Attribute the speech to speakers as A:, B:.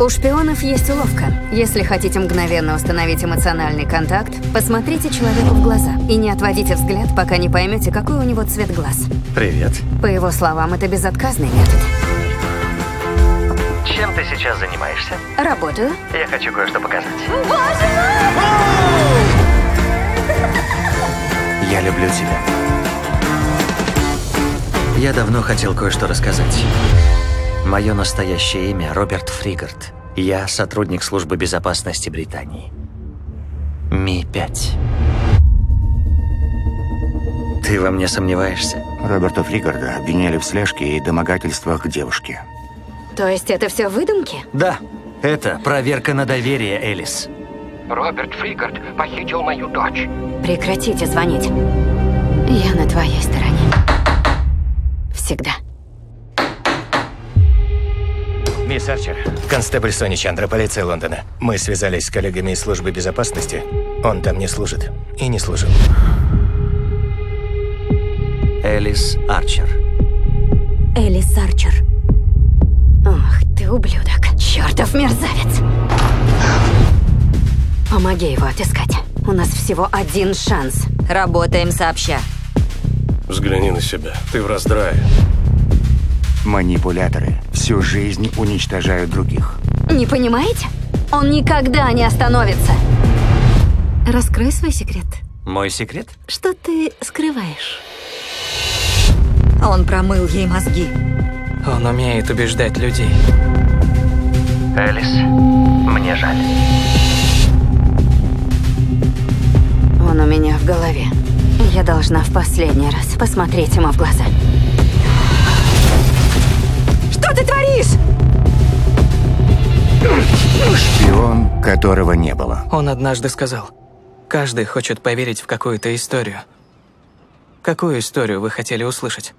A: У шпионов есть уловка. Если хотите мгновенно установить эмоциональный контакт, посмотрите человеку в глаза и не отводите взгляд, пока не поймете, какой у него цвет глаз.
B: Привет.
A: По его словам, это безотказный метод.
B: Чем ты сейчас занимаешься?
A: Работаю.
B: Я хочу кое-что показать. Я люблю тебя. Я давно хотел кое-что рассказать. Мое настоящее имя Роберт Фригард. Я сотрудник службы безопасности Британии. Ми-5. Ты во мне сомневаешься?
C: Роберта Фригарда обвиняли в слежке и домогательствах к девушке.
A: То есть это все выдумки?
B: Да. Это проверка на доверие, Элис.
D: Роберт Фригард похитил мою дочь.
A: Прекратите звонить. Я на твоей стороне. Всегда.
E: Мисс Арчер, констебль Сони Чандра, полиция Лондона. Мы связались с коллегами из службы безопасности. Он там не служит. И не служил.
B: Элис Арчер.
A: Элис Арчер. Ах, ты ублюдок. Чертов мерзавец. Помоги его отыскать. У нас всего один шанс. Работаем сообща.
F: Взгляни на себя. Ты в раздрае.
C: Манипуляторы всю жизнь уничтожают других.
A: Не понимаете? Он никогда не остановится. Раскрой свой секрет.
B: Мой секрет?
A: Что ты скрываешь?
G: Он промыл ей мозги.
H: Он умеет убеждать людей.
B: Элис, мне жаль.
A: Он у меня в голове. Я должна в последний раз посмотреть ему в глаза. Что ты творишь?
C: Шпион, которого не было.
H: Он однажды сказал, каждый хочет поверить в какую-то историю. Какую историю вы хотели услышать?